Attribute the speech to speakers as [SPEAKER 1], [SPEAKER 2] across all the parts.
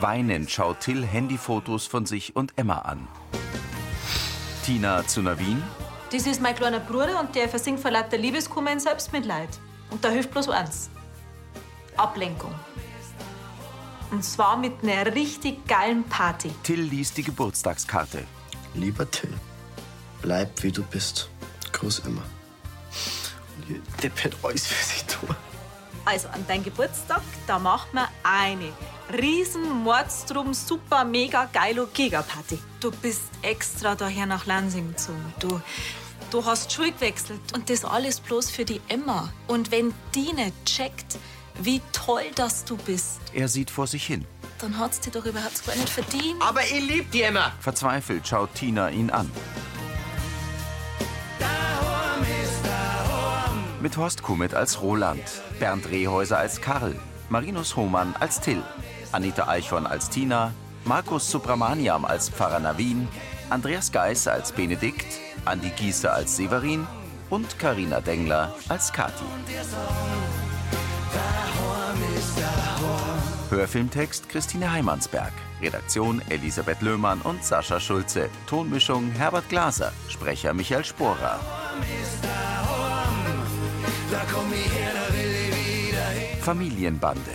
[SPEAKER 1] Weinend schaut Till Handyfotos von sich und Emma an. Tina zu Navin,
[SPEAKER 2] Das ist mein kleiner Bruder und der versinkt vor lauter Liebeskummer in Selbstmitleid. Und da hilft bloß eins: Ablenkung. Und zwar mit einer richtig geilen Party.
[SPEAKER 1] Till liest die Geburtstagskarte.
[SPEAKER 3] Lieber Till, bleib wie du bist. Gruß immer. Und ihr Depp hat alles für sich tun.
[SPEAKER 2] Also an deinem Geburtstag, da machen wir eine riesen Mordstrom super mega geilo Gigaparty. Du bist extra daher nach Lansing gezogen. Du, du hast Schule gewechselt und das alles bloß für die Emma. Und wenn die nicht checkt, wie toll dass du bist,
[SPEAKER 1] Er sieht vor sich hin.
[SPEAKER 2] dann hat's dir doch überhaupt gar nicht verdient.
[SPEAKER 3] Aber ich lieb die Emma.
[SPEAKER 1] Verzweifelt schaut Tina ihn an. Mit Horst Kummet als Roland, Bernd Rehäuser als Karl, Marinus Hohmann als Till, Anita Eichhorn als Tina, Markus Subramaniam als Pfarrer Navin, Andreas Geis als Benedikt, Andi Gieße als Severin und Karina Dengler als Kathi. Hörfilmtext Christine Heimansberg. Redaktion Elisabeth Löhmann und Sascha Schulze. Tonmischung Herbert Glaser. Sprecher Michael Sporer. Familienbande.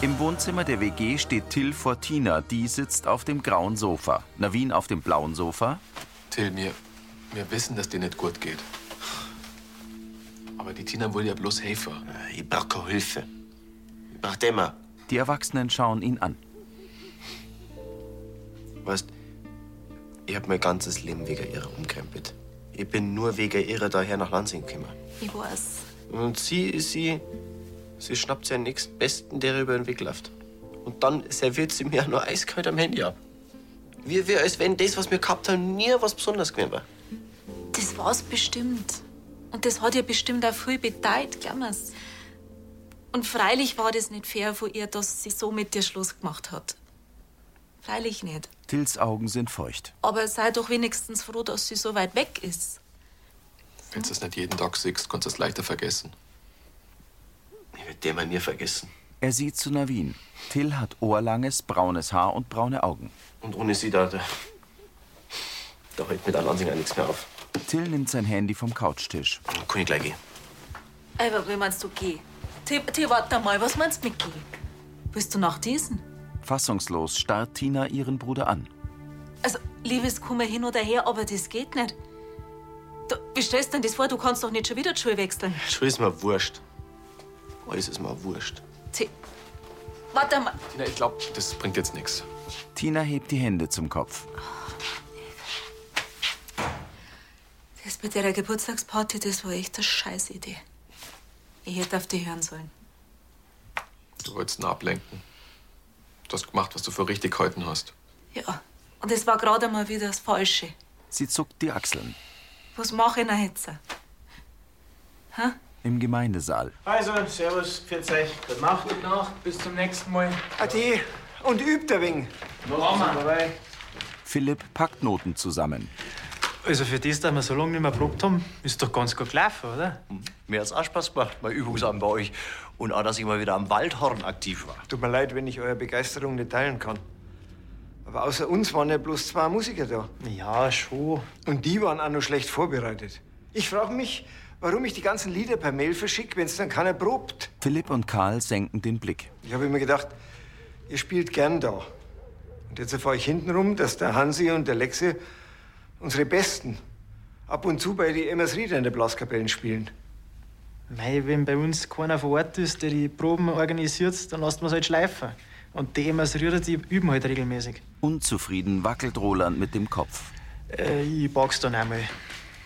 [SPEAKER 1] Im Wohnzimmer der WG steht Till vor Tina. Die sitzt auf dem grauen Sofa. Navin auf dem blauen Sofa.
[SPEAKER 4] Till, wir, wir wissen, dass dir nicht gut geht. Aber die Tina will ja bloß helfen.
[SPEAKER 5] Äh, Ich brauch keine Hilfe. Ich brauch die Emma.
[SPEAKER 1] Die Erwachsenen schauen ihn an.
[SPEAKER 5] Weißt, ich hab mein ganzes Leben wegen ihrer umkrempelt. Ich bin nur wegen ihrer daher nach Lansing gekommen.
[SPEAKER 2] Ich weiß.
[SPEAKER 5] Und sie, sie, sie schnappt sich den nächstbesten, der ihr über den Weg läuft. Und dann serviert sie mir nur eiskalt am Handy ab. Wie wir, als wenn das, was wir gehabt haben, nie was Besonderes gewesen wäre.
[SPEAKER 2] Das war's bestimmt. Und das hat ihr bestimmt auch viel bedeutet, glaub's. Und freilich war das nicht fair von ihr, dass sie so mit dir Schluss gemacht hat. Freilich nicht.
[SPEAKER 1] Tills Augen sind feucht.
[SPEAKER 2] Aber sei doch wenigstens froh, dass sie so weit weg ist.
[SPEAKER 4] Wenn du es nicht jeden Tag siehst, kannst du es leichter vergessen.
[SPEAKER 5] Ich werd die Emma nie vergessen.
[SPEAKER 1] Er sieht zu Navin. Till hat ohrlanges, braunes Haar und braune Augen.
[SPEAKER 5] Und ohne sie da, da, da hält mir der Lansing auch nichts mehr auf.
[SPEAKER 1] Till nimmt sein Handy vom Couchtisch.
[SPEAKER 5] Dann kann ich gleich gehen.
[SPEAKER 2] Aber wie meinst du, geh? Tee, Tee, warte mal, was meinst du mit geh? Willst du nach diesen?
[SPEAKER 1] Fassungslos starrt Tina ihren Bruder an.
[SPEAKER 2] Also, Liebeskummer hin oder her, aber das geht nicht. Du, wie stellst du denn das vor? Du kannst doch nicht schon wieder die Schule wechseln.
[SPEAKER 5] Schon ist mir wurscht. Alles ist mir wurscht.
[SPEAKER 2] Tee, warte mal.
[SPEAKER 4] Tina, ich glaube, das bringt jetzt nichts.
[SPEAKER 1] Tina hebt die Hände zum Kopf.
[SPEAKER 2] Das mit der Geburtstagsparty, das war echt eine Scheißidee. Ich hätte auf die hören sollen.
[SPEAKER 4] Du wolltest ihn ablenken. Du hast gemacht, was du für richtig gehalten hast.
[SPEAKER 2] Ja. Und es war gerade mal wieder das Falsche.
[SPEAKER 1] Sie zuckt die Achseln.
[SPEAKER 2] Was mache ich denn jetzt? Hä?
[SPEAKER 1] Im Gemeindesaal.
[SPEAKER 6] Also, servus, pfiat euch, gute Nacht. Gute Nacht, bis zum nächsten Mal.
[SPEAKER 7] Ade. Und übt ein wenig.
[SPEAKER 6] Mama.
[SPEAKER 1] Philipp packt Noten zusammen.
[SPEAKER 8] Also für das, dass wir so lange nicht mehr probt haben, ist doch ganz gut gelaufen, oder?
[SPEAKER 9] Mir hat's auch Spaß gemacht, mein Übungsabend bei euch. Und auch, dass ich mal wieder am Waldhorn aktiv war.
[SPEAKER 7] Tut mir leid, wenn ich eure Begeisterung nicht teilen kann. Aber außer uns waren ja bloß zwei Musiker da.
[SPEAKER 8] Ja, schon.
[SPEAKER 7] Und die waren auch noch schlecht vorbereitet. Ich frage mich, warum ich die ganzen Lieder per Mail verschicke, wenn es dann keiner probt.
[SPEAKER 1] Philipp und Karl senken den Blick.
[SPEAKER 7] Ich habe immer gedacht, ihr spielt gern da. Und jetzt erfahre ich hintenrum, dass der Hansi und der Lexe unsere Besten ab und zu bei die Emmers Rieder in der Blaskapellen spielen.
[SPEAKER 8] Mei, wenn bei uns keiner vor Ort ist, der die Proben organisiert, dann lassen wir es halt schleifen. Und die E Emmas Rührer, die üben halt regelmäßig.
[SPEAKER 1] Unzufrieden wackelt Roland mit dem Kopf.
[SPEAKER 8] Äh, ich pack's dann einmal.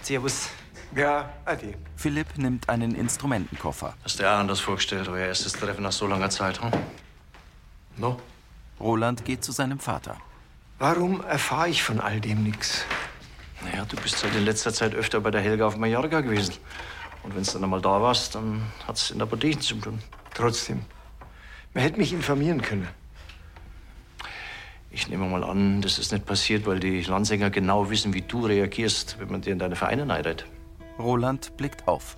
[SPEAKER 8] Servus.
[SPEAKER 7] Ja, ade.
[SPEAKER 1] Philipp nimmt einen Instrumentenkoffer.
[SPEAKER 9] Hast du dir auch anders vorgestellt, euer erstes Treffen nach so langer Zeit, hm?
[SPEAKER 4] No?
[SPEAKER 1] Roland geht zu seinem Vater.
[SPEAKER 7] Warum erfahre ich von all dem nichts?
[SPEAKER 9] Naja, du bist halt in letzter Zeit öfter bei der Helga auf Mallorca gewesen. Und wenn's dann einmal da warst, dann hat's in der Apotheke zu tun.
[SPEAKER 7] Trotzdem, man hätte mich informieren können.
[SPEAKER 9] Ich nehme mal an, das ist nicht passiert, weil die Landsänger genau wissen, wie du reagierst, wenn man dir in deine Vereine neidet.
[SPEAKER 1] Roland blickt auf.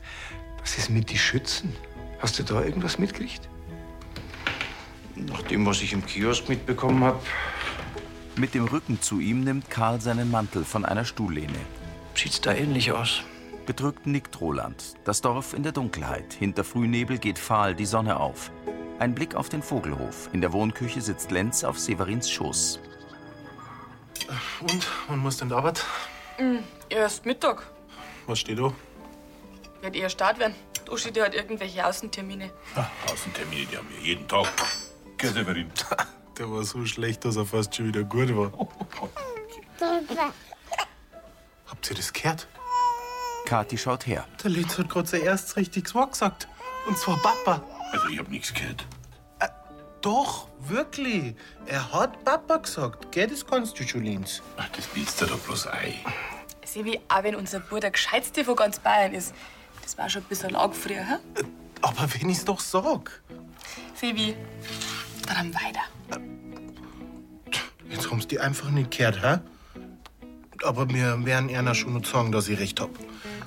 [SPEAKER 7] Was ist mit die Schützen? Hast du da irgendwas mitgekriegt?
[SPEAKER 10] Nach dem, was ich im Kiosk mitbekommen habe.
[SPEAKER 1] Mit dem Rücken zu ihm nimmt Karl seinen Mantel von einer Stuhllehne.
[SPEAKER 10] Sieht's da ähnlich aus?
[SPEAKER 1] Bedrückt nickt Roland. Das Dorf in der Dunkelheit. Hinter Frühnebel geht fahl die Sonne auf. Ein Blick auf den Vogelhof. In der Wohnküche sitzt Lenz auf Severins Schoß.
[SPEAKER 11] Und? Wann musst du in die Arbeit?
[SPEAKER 12] Mm, Erst Mittag.
[SPEAKER 11] Was steht da?
[SPEAKER 12] Wird eher Start werden. Du steht ja halt irgendwelche Außentermine.
[SPEAKER 11] Außentermine, die haben wir jeden Tag. Gell, Severin? Der war so schlecht, dass er fast schon wieder gut war. Habt ihr das gehört?
[SPEAKER 1] Kathi schaut her.
[SPEAKER 11] Der Lenz hat gerade sein erstes richtiges Wort gesagt. Und zwar Papa. Also, ich hab nichts gehört. Doch, wirklich. Er hat Papa gesagt. Gell, das kannst du schon, Lenz. Ach, das bildest du doch bloß ein.
[SPEAKER 12] Sieh wie, auch wenn unser Bruder der gescheitste von ganz Bayern ist. Das war schon ein bisschen arg früher, hä?
[SPEAKER 11] Aber wenn ich's doch sag.
[SPEAKER 12] Sieh wie, dann weiter.
[SPEAKER 11] Jetzt haben's die einfach nicht gehört, hä? Aber mir werden einer schon noch sagen, dass ich recht hab.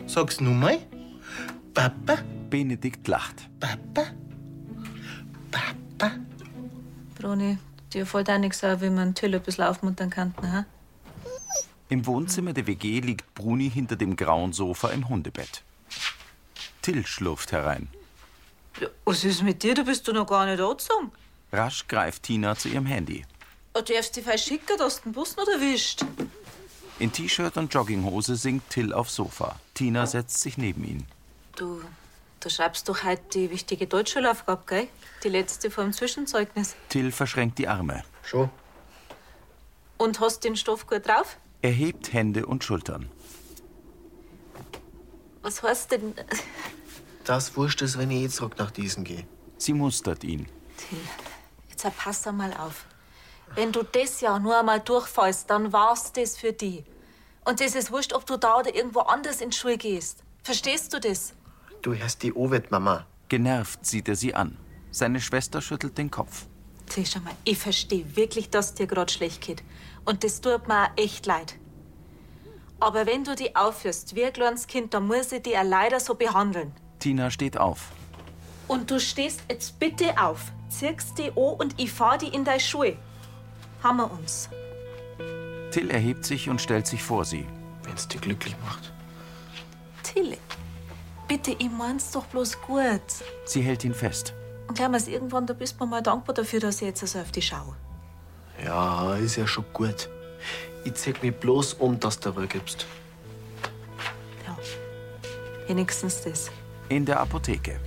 [SPEAKER 11] Sag's nun mal. Papa?
[SPEAKER 1] Benedikt lacht.
[SPEAKER 2] Broni, dir fällt auch nichts auf, wie man Till ein bisschen aufmuntern kann, ne?
[SPEAKER 1] Im Wohnzimmer der WG liegt Bruni hinter dem grauen Sofa im Hundebett. Till schlurft herein.
[SPEAKER 2] Was ist mit dir? Du bist du noch gar nicht angezogen.
[SPEAKER 1] Rasch greift Tina zu ihrem Handy.
[SPEAKER 2] Ah, Du darfst dich verschicken, dass du den Bus noch erwischt.
[SPEAKER 1] In T-Shirt und Jogginghose sinkt Till aufs Sofa. Tina setzt sich neben ihn.
[SPEAKER 2] Du, du schreibst doch heute die wichtige Deutschschulaufgabe, gell? Die letzte vor dem Zwischenzeugnis.
[SPEAKER 1] Till verschränkt die Arme.
[SPEAKER 2] Schon. Und hast den Stoff gut drauf?
[SPEAKER 1] Er hebt Hände und Schultern.
[SPEAKER 2] Was heißt denn?
[SPEAKER 5] Das wurscht ist, wenn ich jetzt zurück nach diesen gehe.
[SPEAKER 1] Sie mustert ihn.
[SPEAKER 2] Jetzt pass einmal auf. Wenn du das Jahr nur einmal durchfällst, dann war's das für dich. Und es ist wurscht, ob du da oder irgendwo anders in die Schule gehst. Verstehst du das?
[SPEAKER 1] Du hast die Ovid, Mama. Genervt sieht er sie an. Seine Schwester schüttelt den Kopf.
[SPEAKER 2] Sieh schon mal, ich verstehe wirklich, dass dir grad schlecht geht. Und das tut mir auch echt leid. Aber wenn du die aufhörst wie ein kleines Kind, dann muss ich dich auch leider so behandeln.
[SPEAKER 1] Tina steht auf.
[SPEAKER 2] Und du stehst jetzt bitte auf, ziehst die an und ich fahr die in deine Schuhe. Haben wir uns.
[SPEAKER 1] Till erhebt sich und stellt sich vor sie.
[SPEAKER 5] Wenn's dir glücklich macht.
[SPEAKER 2] Till, bitte, ich mein's doch bloß gut.
[SPEAKER 1] Sie hält ihn fest.
[SPEAKER 2] Und Clemens, irgendwann, da bist du mir mal dankbar dafür, dass ich jetzt so auf dich schaue.
[SPEAKER 5] Ja, ist ja schon gut. Ich zeig mich bloß um, dass du wohl gibst.
[SPEAKER 2] Wenigstens das.
[SPEAKER 1] In der Apotheke.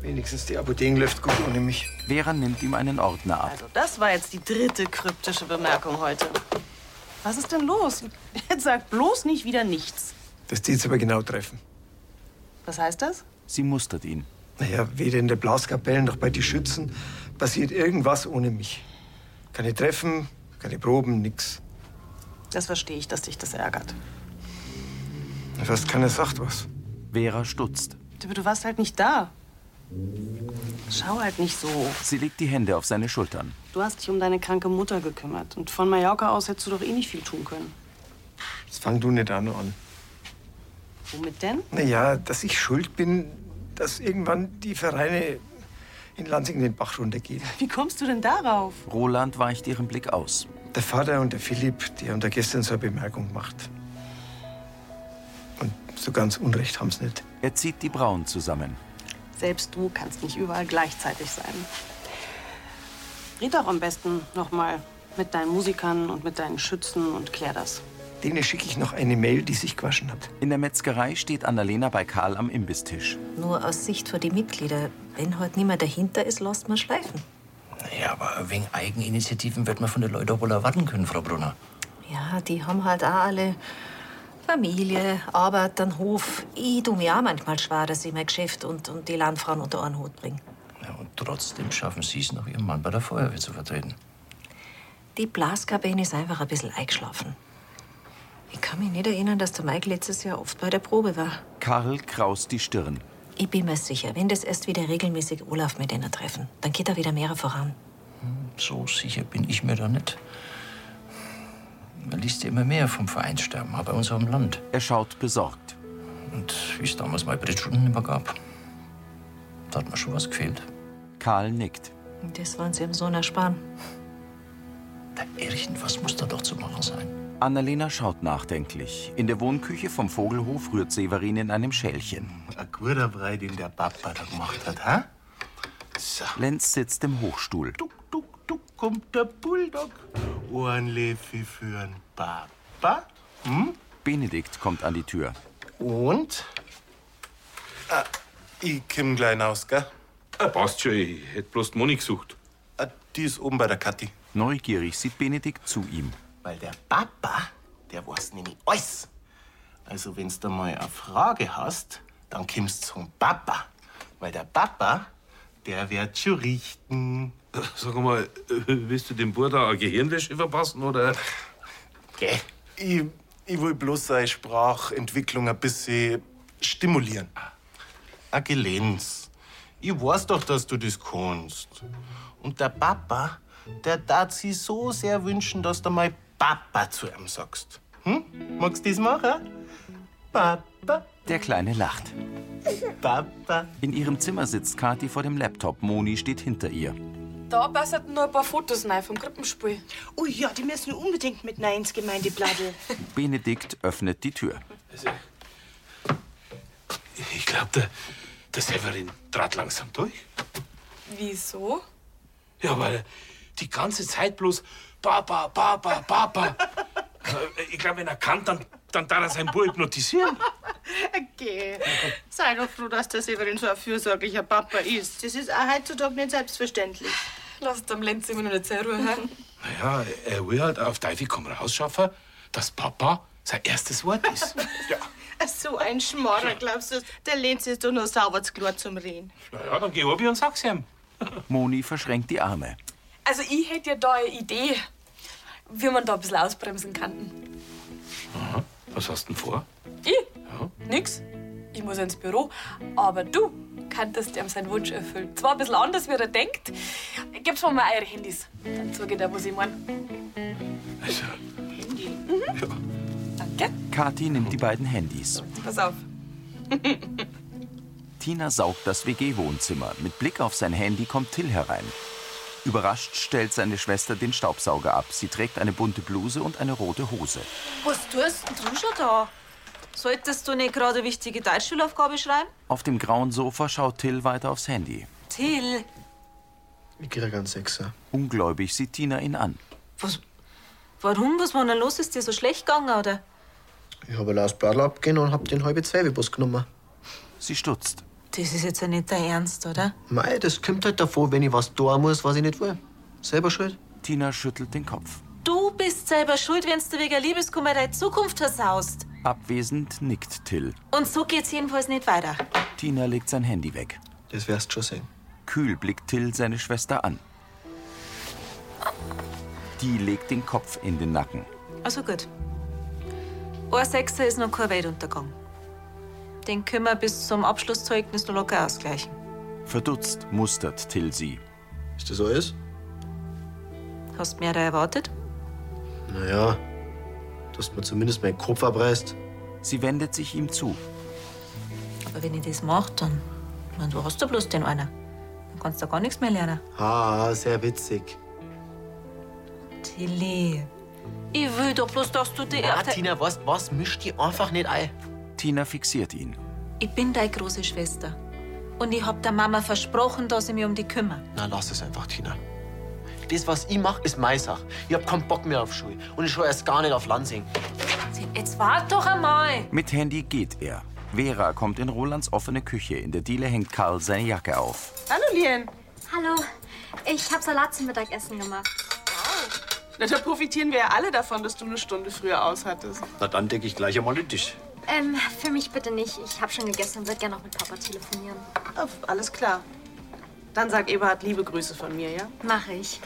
[SPEAKER 7] Wenigstens die Apotheke läuft gut ohne mich.
[SPEAKER 1] Vera nimmt ihm einen Ordner ab.
[SPEAKER 13] Das war jetzt die dritte kryptische Bemerkung heute. Was ist denn los? Jetzt sagt bloß nicht wieder nichts.
[SPEAKER 7] Das zieht's aber genau treffen.
[SPEAKER 13] Was heißt das?
[SPEAKER 1] Sie mustert ihn.
[SPEAKER 7] Naja, weder in der Blaskapelle noch bei den Schützen passiert irgendwas ohne mich. Keine Treffen, keine Proben, nix.
[SPEAKER 13] Das verstehe ich, dass dich das ärgert.
[SPEAKER 7] Fast keiner sagt was.
[SPEAKER 1] Vera stutzt.
[SPEAKER 13] Aber du warst halt nicht da. Schau halt nicht so.
[SPEAKER 1] Sie legt die Hände auf seine Schultern.
[SPEAKER 13] Du hast dich um deine kranke Mutter gekümmert. Und von Mallorca aus hättest du doch eh nicht viel tun können.
[SPEAKER 7] Das fang du nicht an. an.
[SPEAKER 13] Womit denn?
[SPEAKER 7] Naja, dass ich schuld bin, dass irgendwann die Vereine in Lansing den Bach runtergehen.
[SPEAKER 13] Wie kommst du denn darauf?
[SPEAKER 1] Roland weicht ihren Blick aus.
[SPEAKER 7] Der Vater und der Philipp, die haben da gestern so eine Bemerkung gemacht. Und so ganz Unrecht haben's nicht.
[SPEAKER 1] Er zieht die Brauen zusammen.
[SPEAKER 13] Selbst du kannst nicht überall gleichzeitig sein. Red doch am besten nochmal mit deinen Musikern und mit deinen Schützen und klär das.
[SPEAKER 7] Denen schicke ich noch eine Mail, die sich gewaschen hat.
[SPEAKER 1] In der Metzgerei steht Annalena bei Karl am Imbistisch.
[SPEAKER 14] Nur aus Sicht von den Mitgliedern. Wenn halt niemand dahinter ist, lasst man schleifen.
[SPEAKER 9] Ja, aber wegen Eigeninitiativen wird man von den Leuten wohl erwarten können, Frau Brunner.
[SPEAKER 14] Ja, die haben halt auch alle Familie, Arbeit, einen Hof. Ich tu mir auch manchmal schwer, dass ich mein Geschäft und, und die Landfrauen unter einen Hut bringe.
[SPEAKER 9] Ja, und trotzdem schaffen Sie es noch, Ihren Mann bei der Feuerwehr zu vertreten.
[SPEAKER 14] Die Blaskabine ist einfach ein bisschen eingeschlafen. Ich kann mich nicht erinnern, dass der Mike letztes Jahr oft bei der Probe war.
[SPEAKER 1] Karl kraust die Stirn.
[SPEAKER 14] Ich bin mir sicher, wenn das erst wieder regelmäßig Olaf mit denen treffen, dann geht da wieder mehr voran.
[SPEAKER 9] So sicher bin ich mir da nicht. Man liest ja immer mehr vom Vereinssterben, auch bei unserem Land.
[SPEAKER 1] Er schaut besorgt.
[SPEAKER 9] Und wie es damals mal Bridgestunden immer gab, da hat mir schon was gefehlt.
[SPEAKER 1] Karl nickt.
[SPEAKER 14] Und Das wollen sie ihrem Sohn ersparen.
[SPEAKER 15] Irgendwas muss da doch zu machen sein.
[SPEAKER 1] Annalena schaut nachdenklich. In der Wohnküche vom Vogelhof rührt Severin in einem Schälchen.
[SPEAKER 11] Ein guter Brei, den der Papa da gemacht hat, hä?
[SPEAKER 1] Lenz sitzt im Hochstuhl.
[SPEAKER 11] Kommt der Bulldog. Ein Löffel für den Papa. Hm?
[SPEAKER 1] Benedikt kommt an die Tür.
[SPEAKER 11] Und? Ah, ich komm gleich raus, gell?
[SPEAKER 16] Passt schon, ich hätte bloß die Moni gesucht.
[SPEAKER 11] Ah, Die ist oben bei der Kathi.
[SPEAKER 1] Neugierig sieht Benedikt zu ihm.
[SPEAKER 11] Weil der Papa, der weiß nämlich alles. Also, wenn's da mal eine Frage hast, dann kommst zum Papa. Weil der Papa, der wird schon richten.
[SPEAKER 16] Sag mal, äh, willst du dem Bruder eine Gehirnwäsche verpassen oder?
[SPEAKER 11] Geh. Ich, ich will bloß seine Sprachentwicklung ein bisschen stimulieren. Agelenz, Ah, ich weiß doch, dass du das kannst. Und der Papa, der tat sich so sehr wünschen, dass du mal Papa zu ihm sagst. Hm? Magst du das machen? Papa,
[SPEAKER 1] Der Kleine lacht.
[SPEAKER 11] Papa.
[SPEAKER 1] In ihrem Zimmer sitzt Kathi vor dem Laptop. Moni steht hinter ihr.
[SPEAKER 12] Da passen nur ein paar Fotos rein vom Krippenspiel.
[SPEAKER 13] Oh ja, die müssen unbedingt mit Nein ins Gemeindeblattl.
[SPEAKER 1] Benedikt öffnet die Tür.
[SPEAKER 16] Ich glaube, der, der Severin trat langsam durch.
[SPEAKER 12] Wieso?
[SPEAKER 16] Ja, weil er die ganze Zeit bloß Papa, Papa, Papa. Äh, ich glaube, wenn er kann, dann, dann darf er seinen Bruder hypnotisieren.
[SPEAKER 13] Geh. Sei doch froh, dass der Severin so ein fürsorglicher Papa ist. Das ist auch heutzutage nicht selbstverständlich.
[SPEAKER 12] Lass dem Lenz immer noch nicht zur Ruhe. hä?
[SPEAKER 16] Naja, er will halt auf Teufel komm raus schaffen, dass Papa sein erstes Wort ist.
[SPEAKER 13] So ein Schmarrer, glaubst du? Der Lenz ist doch nur sauber zu klar zum Reden.
[SPEAKER 16] Na ja, dann geh obi und sag's ihm.
[SPEAKER 1] Moni verschränkt die Arme.
[SPEAKER 12] Also, ich hätte ja da eine Idee, wie man da ein bisschen ausbremsen kann.
[SPEAKER 16] Was hast du denn vor?
[SPEAKER 12] Ich? Nix. Ich muss ins Büro. Aber du kanntest ihm seinen Wunsch erfüllen. Zwar ein bisschen anders, wie er denkt. Gib's mir mal eure Handys. Dann zeige ich dir, was ich meine.
[SPEAKER 1] Kathi nimmt die beiden Handys.
[SPEAKER 12] Pass auf.
[SPEAKER 1] Tina saugt das WG-Wohnzimmer. Mit Blick auf sein Handy kommt Till herein. Überrascht stellt seine Schwester den Staubsauger ab. Sie trägt eine bunte Bluse und eine rote Hose.
[SPEAKER 2] Was tust denn du schon da? Solltest du nicht gerade eine wichtige Deutschschulaufgabe schreiben?
[SPEAKER 1] Auf dem grauen Sofa schaut Till weiter aufs Handy.
[SPEAKER 2] Till,
[SPEAKER 3] Ich krieg einen Sechser.
[SPEAKER 1] Ungläubig sieht Tina ihn an.
[SPEAKER 2] warum? Was war denn los? Ist dir so schlecht gegangen, oder?
[SPEAKER 3] Ich habe Lars Bradl abgehen und hab den halbe Zweibebus genommen.
[SPEAKER 1] Sie stutzt.
[SPEAKER 2] Das ist jetzt ja nicht dein Ernst, oder?
[SPEAKER 3] Mei, das kommt halt davor, wenn ich was tun muss, was ich nicht will. Selber schuld.
[SPEAKER 1] Tina schüttelt den Kopf.
[SPEAKER 2] Du bist selber schuld, wenn du wegen Liebeskummer deine Zukunft versaust.
[SPEAKER 1] Abwesend nickt Till.
[SPEAKER 2] Und so geht's jedenfalls nicht weiter.
[SPEAKER 1] Tina legt sein Handy weg.
[SPEAKER 3] Das wirst schon sehen.
[SPEAKER 1] Kühl blickt Till seine Schwester an. Die legt den Kopf in den Nacken.
[SPEAKER 2] Also gut. Ein Sechser ist noch kein Weltuntergang. Den können wir bis zum Abschlusszeugnis noch locker ausgleichen.
[SPEAKER 1] Verdutzt mustert Till sie.
[SPEAKER 3] Ist das alles?
[SPEAKER 2] Hast mehr da erwartet?
[SPEAKER 3] Naja, dass man zumindest meinen Kopf abreißt.
[SPEAKER 1] Sie wendet sich ihm zu.
[SPEAKER 2] Aber wenn ich das mach, dann. Ich mein, du hast ja bloß den einen. Dann kannst du gar nichts mehr lernen.
[SPEAKER 3] Ah, sehr witzig.
[SPEAKER 2] Tilly. Ich will doch bloß, dass du die echte.
[SPEAKER 5] Martina, was, was mischt die einfach nicht ein?
[SPEAKER 1] Tina fixiert ihn.
[SPEAKER 2] Ich bin deine große Schwester. Und ich hab der Mama versprochen, dass ich mich um die kümmere.
[SPEAKER 5] Na, lass es einfach, Tina. Das, was ich mache, ist meine Sache. Ich hab keinen Bock mehr auf Schule. Und ich schau erst gar nicht auf Lansing.
[SPEAKER 2] Jetzt wart doch einmal.
[SPEAKER 1] Mit Handy geht er. Vera kommt in Rolands offene Küche. In der Diele hängt Karl seine Jacke auf.
[SPEAKER 17] Hallo, Lien. Hallo. Ich habe Salat zum Mittagessen gemacht.
[SPEAKER 13] Na, da profitieren wir ja alle davon, dass du eine Stunde früher aushattest.
[SPEAKER 9] Na, dann decke ich gleich einmal den Tisch.
[SPEAKER 17] Ähm, für mich bitte nicht. Ich habe schon gegessen und würde gerne noch mit Papa telefonieren.
[SPEAKER 13] Alles klar. Dann sag Eberhard liebe Grüße von mir, ja?
[SPEAKER 17] Mache ich.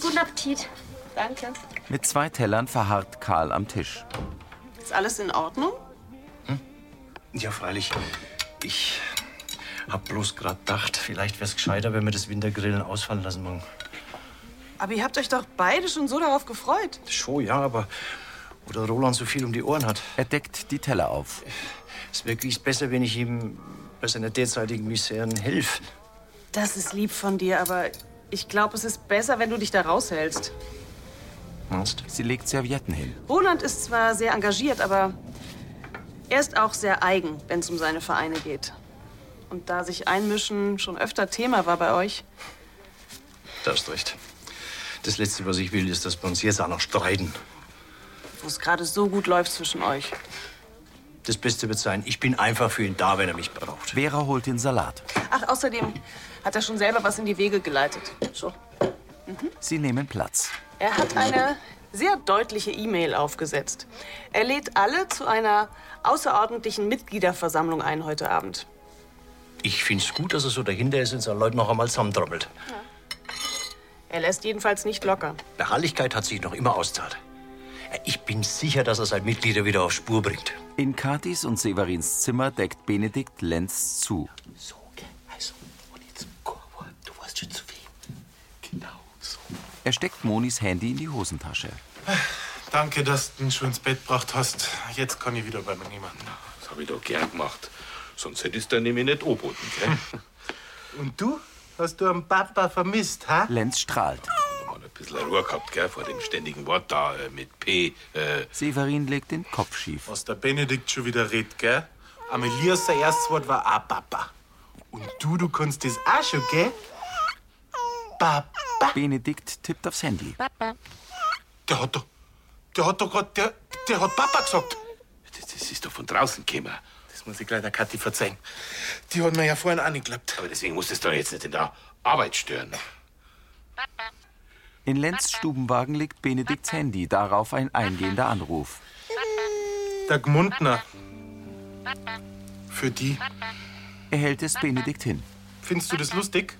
[SPEAKER 17] Guten Appetit.
[SPEAKER 13] Danke.
[SPEAKER 1] Mit zwei Tellern verharrt Karl am Tisch.
[SPEAKER 13] Ist alles in Ordnung?
[SPEAKER 9] Ja, freilich. Ich hab bloß grad gedacht, vielleicht wär's gescheiter, wenn wir das Wintergrillen ausfallen lassen morgen.
[SPEAKER 13] Aber ihr habt euch doch beide schon so darauf gefreut.
[SPEAKER 9] Schon, ja, aber wo der Roland so viel um die Ohren hat.
[SPEAKER 1] Er deckt die Teller auf.
[SPEAKER 9] Es wäre wirklich besser, wenn ich ihm bei seiner derzeitigen Miseren helfe.
[SPEAKER 13] Das ist lieb von dir, aber
[SPEAKER 18] Ich glaube, es ist besser, wenn du dich da raushältst.
[SPEAKER 1] Sie legt Servietten hin.
[SPEAKER 18] Roland ist zwar sehr engagiert, aber er ist auch sehr eigen, wenn es um seine Vereine geht. Und da sich einmischen schon öfter Thema war bei euch,
[SPEAKER 9] Da hast recht. Das Letzte, was ich will, ist, dass wir uns jetzt auch noch streiten.
[SPEAKER 18] wo es gerade so gut läuft zwischen euch.
[SPEAKER 9] Das Beste wird sein, ich bin einfach für ihn da, wenn er mich braucht.
[SPEAKER 1] Vera holt den Salat.
[SPEAKER 18] Ach, außerdem hat er schon selber was in die Wege geleitet. So.
[SPEAKER 1] Sie nehmen Platz.
[SPEAKER 18] Er hat eine sehr deutliche E-Mail aufgesetzt. Er lädt alle zu einer außerordentlichen Mitgliederversammlung ein heute Abend.
[SPEAKER 9] Ich find's gut, dass er so dahinter ist und seine Leute noch einmal zusammentrommelt.
[SPEAKER 18] Er lässt jedenfalls nicht locker.
[SPEAKER 9] Beharrlichkeit hat sich noch immer auszahlt. Ich bin sicher, dass er seine Mitglieder wieder auf Spur bringt.
[SPEAKER 1] In Katis und Severins Zimmer deckt Benedikt Lenz zu.
[SPEAKER 5] Also, Du weißt schon zu viel. Genau.
[SPEAKER 1] Er steckt Monis Handy in die Hosentasche.
[SPEAKER 11] Danke, dass du ihn schon ins Bett gebracht hast. Jetzt kann ich wieder bei mir niemanden.
[SPEAKER 16] Das habe ich doch gern gemacht. Sonst hättest du nämlich nicht oboten, gell?
[SPEAKER 11] Und du? Hast du einen Papa vermisst, ha?
[SPEAKER 1] Lenz strahlt.
[SPEAKER 16] Ein bisschen Ruhe gehabt, gell? Vor dem ständigen Wort da äh, mit P. Äh,
[SPEAKER 1] Severin legt den Kopf schief.
[SPEAKER 11] Was der Benedikt schon wieder redet, gell? Amelias sein erstes Wort war auch Papa. Und du, du kannst das auch schon, gell? Papa.
[SPEAKER 1] Benedikt tippt aufs Handy.
[SPEAKER 11] Papa. Der hat doch. Der hat doch grad. Der, der hat Papa gesagt. Das, ist doch von draußen gekommen. Das muss ich gleich der Kathi verzeihen. Die hat mir ja vorhin auch nicht geglaubt.
[SPEAKER 16] aber deswegen muss es doch jetzt nicht in der Arbeit stören.
[SPEAKER 1] In Lenz Stubenwagen liegt Benedikts Handy, darauf ein eingehender Anruf.
[SPEAKER 11] Der Gmundner. Für die.
[SPEAKER 1] Er hält es Benedikt hin.
[SPEAKER 11] Findest du das lustig?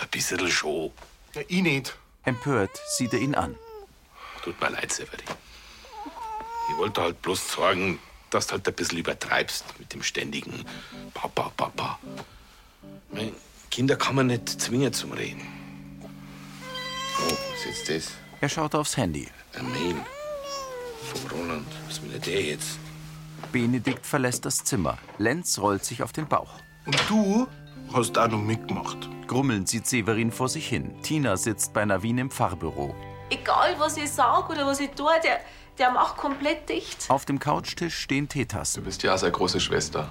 [SPEAKER 16] Ein bisschen schon.
[SPEAKER 11] Ja, ich nicht.
[SPEAKER 1] Empört sieht er ihn an.
[SPEAKER 16] Tut mir leid, Severin. Ich wollte halt bloß sagen, dass du halt ein bisschen übertreibst mit dem ständigen Papa, Papa. Ich mein, Kinder kann man nicht zwingen zum Reden. Oh, was ist jetzt
[SPEAKER 1] Er schaut aufs Handy.
[SPEAKER 16] das? Eine Mail. Vom Roland. Was will denn der jetzt?
[SPEAKER 1] Benedikt verlässt das Zimmer. Lenz rollt sich auf den Bauch.
[SPEAKER 11] Und du hast auch noch mitgemacht.
[SPEAKER 1] Grummelnd sieht Severin vor sich hin. Tina sitzt bei Navin im Pfarrbüro.
[SPEAKER 2] Egal, was ich sage oder was ich tue, der, der macht komplett dicht.
[SPEAKER 1] Auf dem Couchtisch stehen Teetassen.
[SPEAKER 4] Du bist ja seine große Schwester.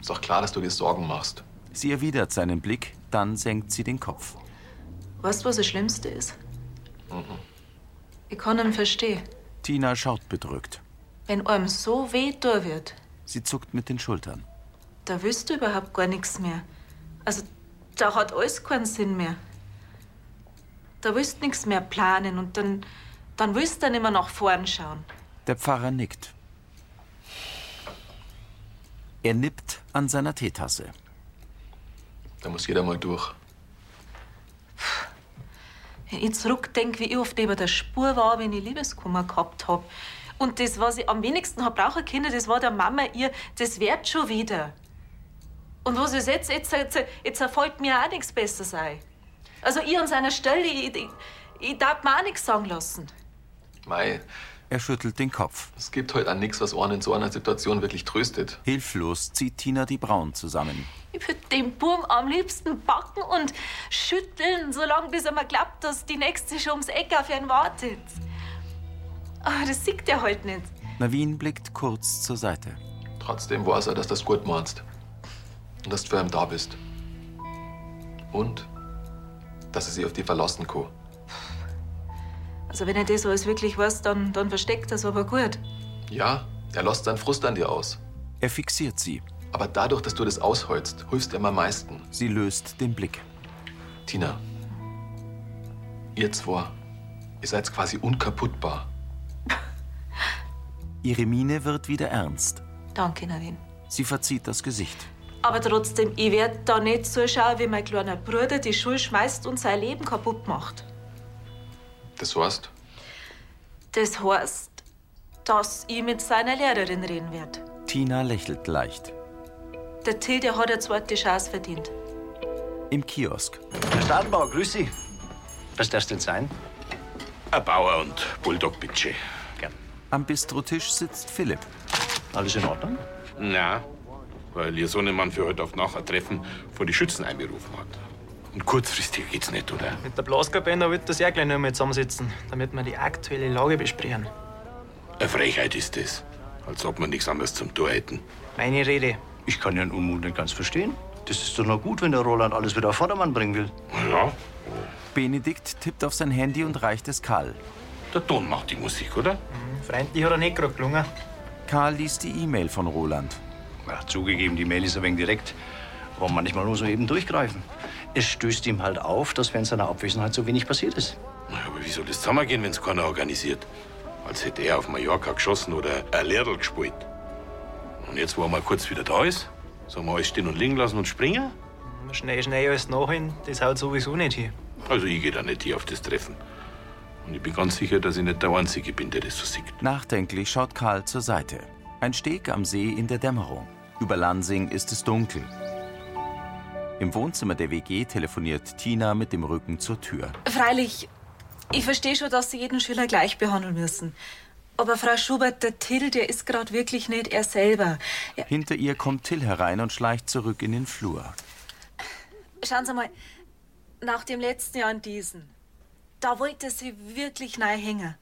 [SPEAKER 4] Ist doch klar, dass du dir Sorgen machst.
[SPEAKER 1] Sie erwidert seinen Blick, dann senkt sie den Kopf.
[SPEAKER 2] Weißt du, was das Schlimmste ist?
[SPEAKER 16] Mhm.
[SPEAKER 2] Ich kann ihn verstehen.
[SPEAKER 1] Tina schaut bedrückt.
[SPEAKER 2] Wenn einem so weh tun wird,
[SPEAKER 1] Sie zuckt mit den Schultern.
[SPEAKER 2] da willst du überhaupt gar nichts mehr. Also, da hat alles keinen Sinn mehr. Da willst du nichts mehr planen und dann, dann willst du dann immer nach vorn schauen.
[SPEAKER 1] Der Pfarrer nickt. Er nippt an seiner Teetasse.
[SPEAKER 4] Da muss jeder mal durch.
[SPEAKER 2] Wenn ich zurückdenke, wie ich oft über der Spur war, wenn ich Liebeskummer gehabt hab. Und das, was ich am wenigsten hab brauchen können, das war der Mama ihr, das wird schon wieder. Und was ist jetzt? Jetzt, jetzt, jetzt erfolgt mir auch nichts Besseres ein. Also ich an seiner Stelle, ich, ich, ich darf mir auch nichts sagen lassen.
[SPEAKER 4] Mei.
[SPEAKER 1] Er schüttelt den Kopf.
[SPEAKER 4] Es gibt heute an nichts, was einen in so einer Situation wirklich tröstet.
[SPEAKER 1] Hilflos zieht Tina die Brauen zusammen.
[SPEAKER 2] Ich würde den Burm am liebsten backen und schütteln, solange bis er mir glaubt, dass die Nächste schon ums Eck auf ihn wartet. Aber das sieht er halt nicht.
[SPEAKER 1] Navin blickt kurz zur Seite.
[SPEAKER 4] Trotzdem weiß er, dass du es gut meinst. Und dass du für ihn da bist. Und dass er sich auf die verlassen kann.
[SPEAKER 2] Also wenn er das alles wirklich weiß, dann, dann versteckt er es aber gut.
[SPEAKER 4] Ja, er lässt seinen Frust an dir aus.
[SPEAKER 1] Er fixiert sie.
[SPEAKER 4] Aber dadurch, dass du das ausholst, hilfst du ihm am meisten.
[SPEAKER 1] Sie löst den Blick.
[SPEAKER 4] Tina, ihr zwei, ihr seid quasi unkaputtbar.
[SPEAKER 1] Ihre Miene wird wieder ernst.
[SPEAKER 2] Danke, Nadine.
[SPEAKER 1] Sie verzieht das Gesicht.
[SPEAKER 2] Aber trotzdem, ich werde da nicht zuschauen, wie mein kleiner Bruder die Schule schmeißt und sein Leben kaputt macht.
[SPEAKER 4] Das heißt,
[SPEAKER 2] Das heißt, dass ich mit seiner Lehrerin reden werde.
[SPEAKER 1] Tina lächelt leicht.
[SPEAKER 2] Der Till, der hat eine zweite Chance verdient.
[SPEAKER 1] Im Kiosk.
[SPEAKER 9] Herr Stadenbauer, grüß Sie. Was darf's denn sein?
[SPEAKER 16] Ein Bauer und Bulldog-Bitche.
[SPEAKER 1] Am Bistrotisch sitzt Philipp.
[SPEAKER 9] Alles in Ordnung?
[SPEAKER 16] Na, weil ihr Sohnemann für heute auf nachher Treffen vor die Schützen einberufen hat. Und kurzfristig geht's nicht, oder?
[SPEAKER 8] Mit der Blaskapelle wird das ja gleich noch mal zusammensitzen, damit wir die aktuelle Lage besprechen.
[SPEAKER 16] Eine Frechheit ist das. Als ob wir nichts anderes zum Tor hätten.
[SPEAKER 8] Meine Rede.
[SPEAKER 9] Ich kann Ihren Unmut nicht ganz verstehen. Das ist doch noch gut, wenn der Roland alles wieder auf Vordermann bringen will.
[SPEAKER 16] Ja.
[SPEAKER 1] Benedikt tippt auf sein Handy und reicht es Karl.
[SPEAKER 16] Der Ton macht die Musik, oder?
[SPEAKER 8] Mhm, Freundlich hat er nicht gerade gelungen.
[SPEAKER 1] Karl liest die E-Mail von Roland.
[SPEAKER 9] Ja, zugegeben, die Mail ist ein wenig direkt. Aber manchmal muss man eben durchgreifen. Es stößt ihm halt auf, dass während seiner Abwesenheit so wenig passiert ist.
[SPEAKER 16] Na, Aber wie soll das zusammengehen, wenn's keiner organisiert? Als hätte er auf Mallorca geschossen oder ein Lehrl gespielt. Und jetzt, wo er mal kurz wieder da ist, soll man alles stehen und liegen lassen und springen?
[SPEAKER 8] Schnell, schnell alles nachhin, das haut sowieso nicht hin.
[SPEAKER 16] Also ich gehe da nicht hier auf das Treffen. Und ich bin ganz sicher, dass ich nicht der Einzige bin, der das so sieht.
[SPEAKER 1] Nachdenklich schaut Karl zur Seite. Ein Steg am See in der Dämmerung. Über Lansing ist es dunkel. Im Wohnzimmer der WG telefoniert Tina mit dem Rücken zur Tür.
[SPEAKER 2] Freilich, ich verstehe schon, dass Sie jeden Schüler gleich behandeln müssen. Aber Frau Schubert, der Till, der ist gerade wirklich nicht er selber.
[SPEAKER 1] Hinter ihr kommt Till herein und schleicht zurück in den Flur.
[SPEAKER 2] Schauen Sie mal, nach dem letzten Jahr und diesen, da wollte sie wirklich neu hängen.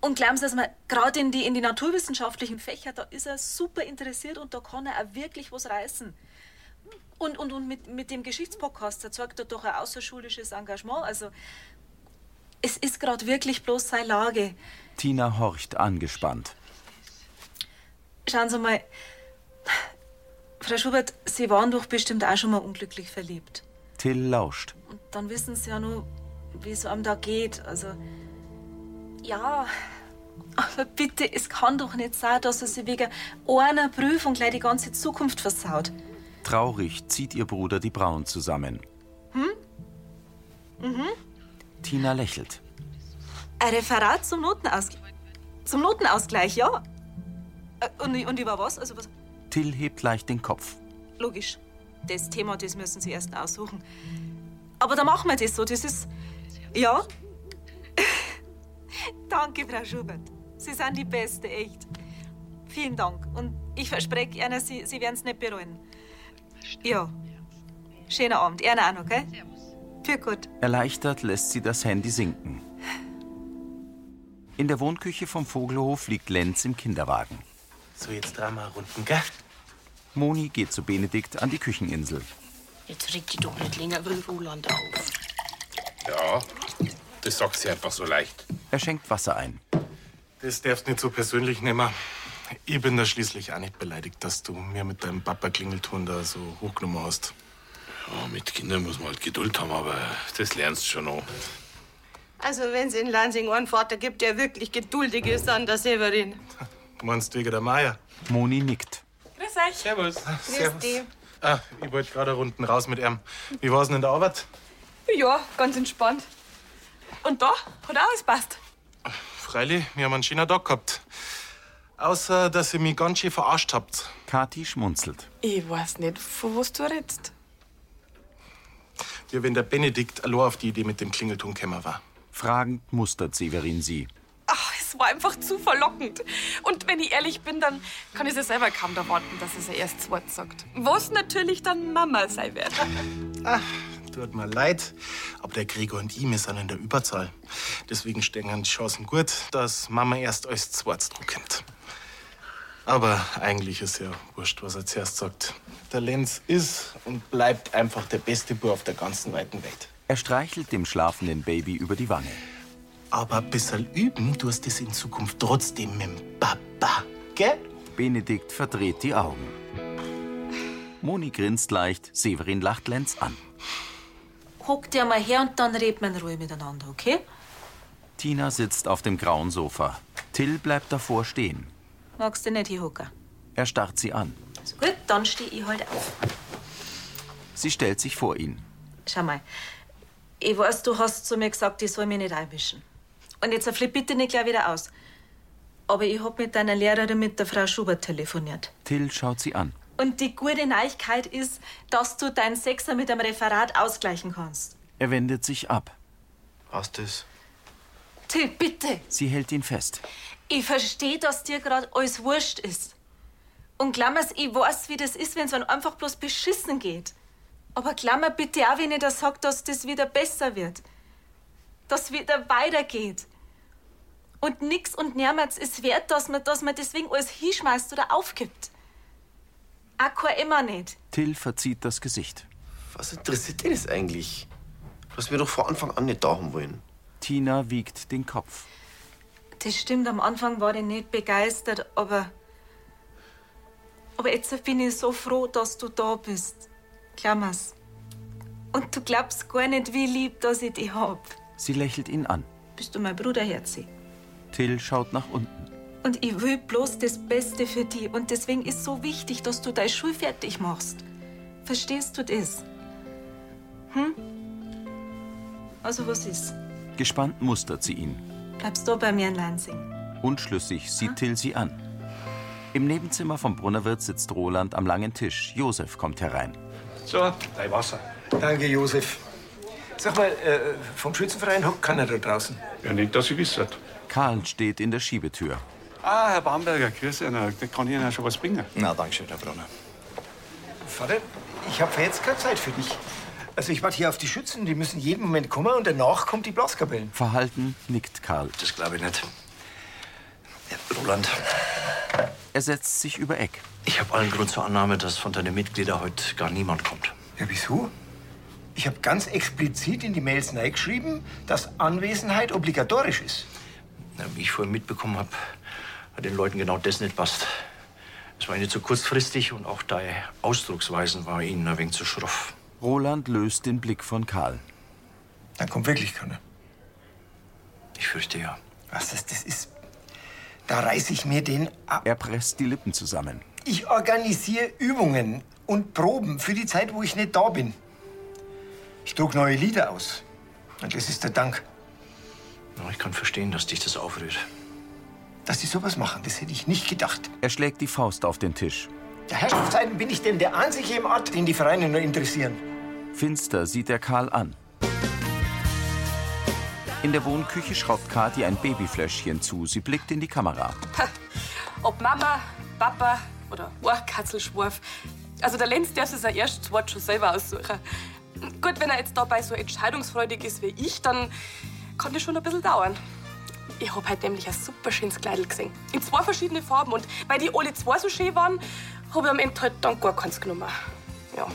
[SPEAKER 2] Und glauben Sie es mir, gerade in die, in die naturwissenschaftlichen Fächer, da ist er super interessiert und da kann er auch wirklich was reißen. Und, und, und mit, mit dem Geschichtspodcast, da zeigt er doch ein außerschulisches Engagement. Also, es ist gerade wirklich bloß seine Lage.
[SPEAKER 1] Tina horcht angespannt.
[SPEAKER 2] Schauen Sie mal, Frau Schubert, Sie waren doch bestimmt auch schon mal unglücklich verliebt.
[SPEAKER 1] Till lauscht.
[SPEAKER 2] Und dann wissen Sie ja nur, wie es einem da geht. Also, ja, aber bitte, es kann doch nicht sein, dass er sich wegen einer Prüfung gleich die ganze Zukunft versaut.
[SPEAKER 1] Traurig zieht ihr Bruder die Brauen zusammen.
[SPEAKER 2] Hm? Mhm.
[SPEAKER 1] Tina lächelt.
[SPEAKER 2] Ein Referat zum Notenausgleich. Zum Notenausgleich, ja. Äh, Und, und über was? Also was?
[SPEAKER 1] Till hebt leicht den Kopf.
[SPEAKER 2] Logisch. Das Thema, das müssen Sie erst aussuchen. Aber dann machen wir das so. Das ist. Ja? Danke, Frau Schubert. Sie sind die Beste, echt. Vielen Dank. Und ich verspreche Ihnen, Sie, Sie werden es nicht bereuen. Ja. Schönen Abend. Ihnen auch noch, gell? Für gut.
[SPEAKER 1] Erleichtert lässt sie das Handy sinken. In der Wohnküche vom Vogelhof liegt Lenz im Kinderwagen.
[SPEAKER 5] So, jetzt dreimal runden, gell?
[SPEAKER 1] Moni geht zu Benedikt an die Kücheninsel.
[SPEAKER 5] Jetzt reg dich doch nicht länger über den Roland auf.
[SPEAKER 16] Ja, das sagt sie einfach so leicht.
[SPEAKER 1] Er schenkt Wasser ein.
[SPEAKER 11] Das darfst nicht so persönlich nehmen. Ich bin da schließlich auch nicht beleidigt, dass du mir mit deinem Papa Klingelton da so hochgenommen hast.
[SPEAKER 16] Ja, mit Kindern muss man halt Geduld haben, aber das lernst du schon noch.
[SPEAKER 13] Also, wenn es in Lansing einen Vater gibt, der wirklich geduldig ist, dann der Severin.
[SPEAKER 11] Du meinst wegen der Maya?
[SPEAKER 1] Moni nickt.
[SPEAKER 13] Grüß euch.
[SPEAKER 11] Servus.
[SPEAKER 13] Grüß dich.
[SPEAKER 11] Ah, ich wollte gerade unten raus mit ihm. Wie war's denn in der Arbeit?
[SPEAKER 12] Ja, ganz entspannt. Und da hat auch alles passt.
[SPEAKER 11] Freilich, wir haben einen schönen Tag gehabt. Außer, dass ihr mich ganz schön verarscht habt.
[SPEAKER 1] Kathi schmunzelt.
[SPEAKER 12] Ich weiß nicht, von was du redest.
[SPEAKER 11] Ja, wenn der Benedikt allein auf die Idee mit dem Klingelton gekommen war.
[SPEAKER 1] Fragend mustert Severin sie.
[SPEAKER 12] Ach, es war einfach zu verlockend. Und wenn ich ehrlich bin, dann kann ich es ja selber kaum erwarten, dass es ihr erstes Wort sagt. Was natürlich dann Mama sein wird.
[SPEAKER 11] Tut mir leid, aber der Gregor und ich, wir sind in der Überzahl. Deswegen stehen die Chancen gut, dass Mama erst als zweites dran kommt. Aber eigentlich ist ja wurscht, was er zuerst sagt. Der Lenz ist und bleibt einfach der beste Bub auf der ganzen weiten Welt.
[SPEAKER 1] Er streichelt dem schlafenden Baby über die Wange.
[SPEAKER 11] Aber ein bisschen üben tust es in Zukunft trotzdem mit dem Papa, gell?
[SPEAKER 1] Benedikt verdreht die Augen. Moni grinst leicht, Severin lacht Lenz an.
[SPEAKER 2] Hockt ihr mal her und dann reden wir in Ruhe miteinander, okay?
[SPEAKER 1] Tina sitzt auf dem grauen Sofa. Till bleibt davor stehen.
[SPEAKER 2] Magst du nicht hier hocken?
[SPEAKER 1] Er starrt sie an.
[SPEAKER 2] Also gut, dann stehe ich halt auf.
[SPEAKER 1] Sie stellt sich vor ihn.
[SPEAKER 2] Schau mal, ich weiß, du hast zu mir gesagt, ich soll mich nicht einmischen. Und jetzt flipp bitte nicht gleich wieder aus. Aber ich hab mit deiner Lehrerin, mit der Frau Schubert telefoniert.
[SPEAKER 1] Till schaut sie an.
[SPEAKER 2] Und die gute Neuigkeit ist, dass du deinen Sechser mit einem Referat ausgleichen kannst.
[SPEAKER 1] Er wendet sich ab.
[SPEAKER 5] Was das?
[SPEAKER 2] Till, bitte,
[SPEAKER 1] Sie hält ihn fest.
[SPEAKER 2] ich verstehe, dass dir gerade alles wurscht ist. Und glaub mir's, ich weiß, wie das ist, wenn es einem einfach bloß beschissen geht. Aber klammer bitte auch, wenn ich das sage, dass das wieder besser wird. Dass wieder weitergeht. Und nix und niemals ist wert, dass man, dass man deswegen alles hinschmeißt oder aufgibt. Auch kein immer nicht.
[SPEAKER 1] Till verzieht das Gesicht.
[SPEAKER 5] Was interessiert dir das eigentlich? Du hast mir doch vor Anfang an nicht da haben wollen.
[SPEAKER 1] Tina wiegt den Kopf.
[SPEAKER 2] Das stimmt, am Anfang war ich nicht begeistert, aber. Aber jetzt bin ich so froh, dass du da bist. Klammers. Und du glaubst gar nicht, wie lieb, dass ich dich hab.
[SPEAKER 1] Sie lächelt ihn an.
[SPEAKER 2] Bist du mein Bruderherzi?
[SPEAKER 1] Till schaut nach unten.
[SPEAKER 2] Und ich will bloß das Beste für dich. Und deswegen ist so wichtig, dass du deine Schule fertig machst. Verstehst du das? Hm? Also, was ist?
[SPEAKER 1] Gespannt mustert sie ihn.
[SPEAKER 2] Bleibst du bei mir in Lansing?
[SPEAKER 1] Unschlüssig sieht Till sie an. Im Nebenzimmer vom Brunnerwirt sitzt Roland am langen Tisch. Josef kommt herein.
[SPEAKER 7] So, dein Wasser. Danke, Josef. Sag mal, äh, vom Schützenverein hockt keiner da draußen.
[SPEAKER 1] Ja, nicht, dass sie wisset. Karl steht in der Schiebetür.
[SPEAKER 19] Ah, Herr Bamberger, grüß Sie. Na, Da kann ich Ihnen auch schon was bringen.
[SPEAKER 15] Na, danke schön, Herr Brunner.
[SPEAKER 7] Vater, ich habe jetzt keine Zeit für dich. Also ich warte hier auf die Schützen, die müssen jeden Moment kommen und danach kommt die Blaskapellen.
[SPEAKER 1] Verhalten nickt Karl.
[SPEAKER 15] Das glaube ich nicht. Roland.
[SPEAKER 1] Er setzt sich über Eck.
[SPEAKER 15] Ich habe allen Grund zur Annahme, dass von deinen Mitgliedern heute gar niemand kommt.
[SPEAKER 7] Ja, wieso? Ich habe ganz explizit in die Mails geschrieben, dass Anwesenheit obligatorisch ist.
[SPEAKER 15] Na, Wie ich vorhin mitbekommen habe, hat den Leuten genau das nicht passt. Es war ihnen zu kurzfristig und auch deine Ausdrucksweisen war ihnen ein wenig zu schroff.
[SPEAKER 1] Roland löst den Blick von Karl.
[SPEAKER 7] Dann kommt wirklich keiner.
[SPEAKER 15] Ich fürchte ja.
[SPEAKER 7] Was das, das ist. Da reiß ich mir den ab.
[SPEAKER 1] Er presst die Lippen zusammen.
[SPEAKER 7] Ich organisiere Übungen und Proben für die Zeit, wo ich nicht da bin. Ich druck neue Lieder aus. Und das ist der Dank.
[SPEAKER 15] Na, ich kann verstehen, dass dich das aufrührt.
[SPEAKER 7] Dass die sowas machen, das hätte ich nicht gedacht.
[SPEAKER 1] Er schlägt die Faust auf den Tisch.
[SPEAKER 7] Der Herrschaftszeiten bin ich denn der einzige im Ort, den die Vereine nur interessieren.
[SPEAKER 1] Finster sieht er Karl an. In der Wohnküche schraubt Kathi ein Babyfläschchen zu. Sie blickt in die Kamera.
[SPEAKER 12] Ob Mama, Papa oder Ohrkatzelschwurf. Also der Lenz darf sich sein erstes Wort schon selber aussuchen. Gut, wenn er jetzt dabei so entscheidungsfreudig ist wie ich, dann kann das schon ein bisschen dauern. Ich hab heute nämlich ein super schönes Kleidel gesehen. In zwei verschiedenen Farben. Und weil die alle zwei so schön waren, hab ich am Ende halt dann gar keins genommen. Ja.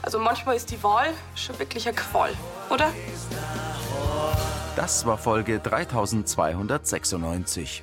[SPEAKER 12] Also manchmal ist die Wahl schon wirklich eine Qual, oder?
[SPEAKER 1] Das war Folge 3296.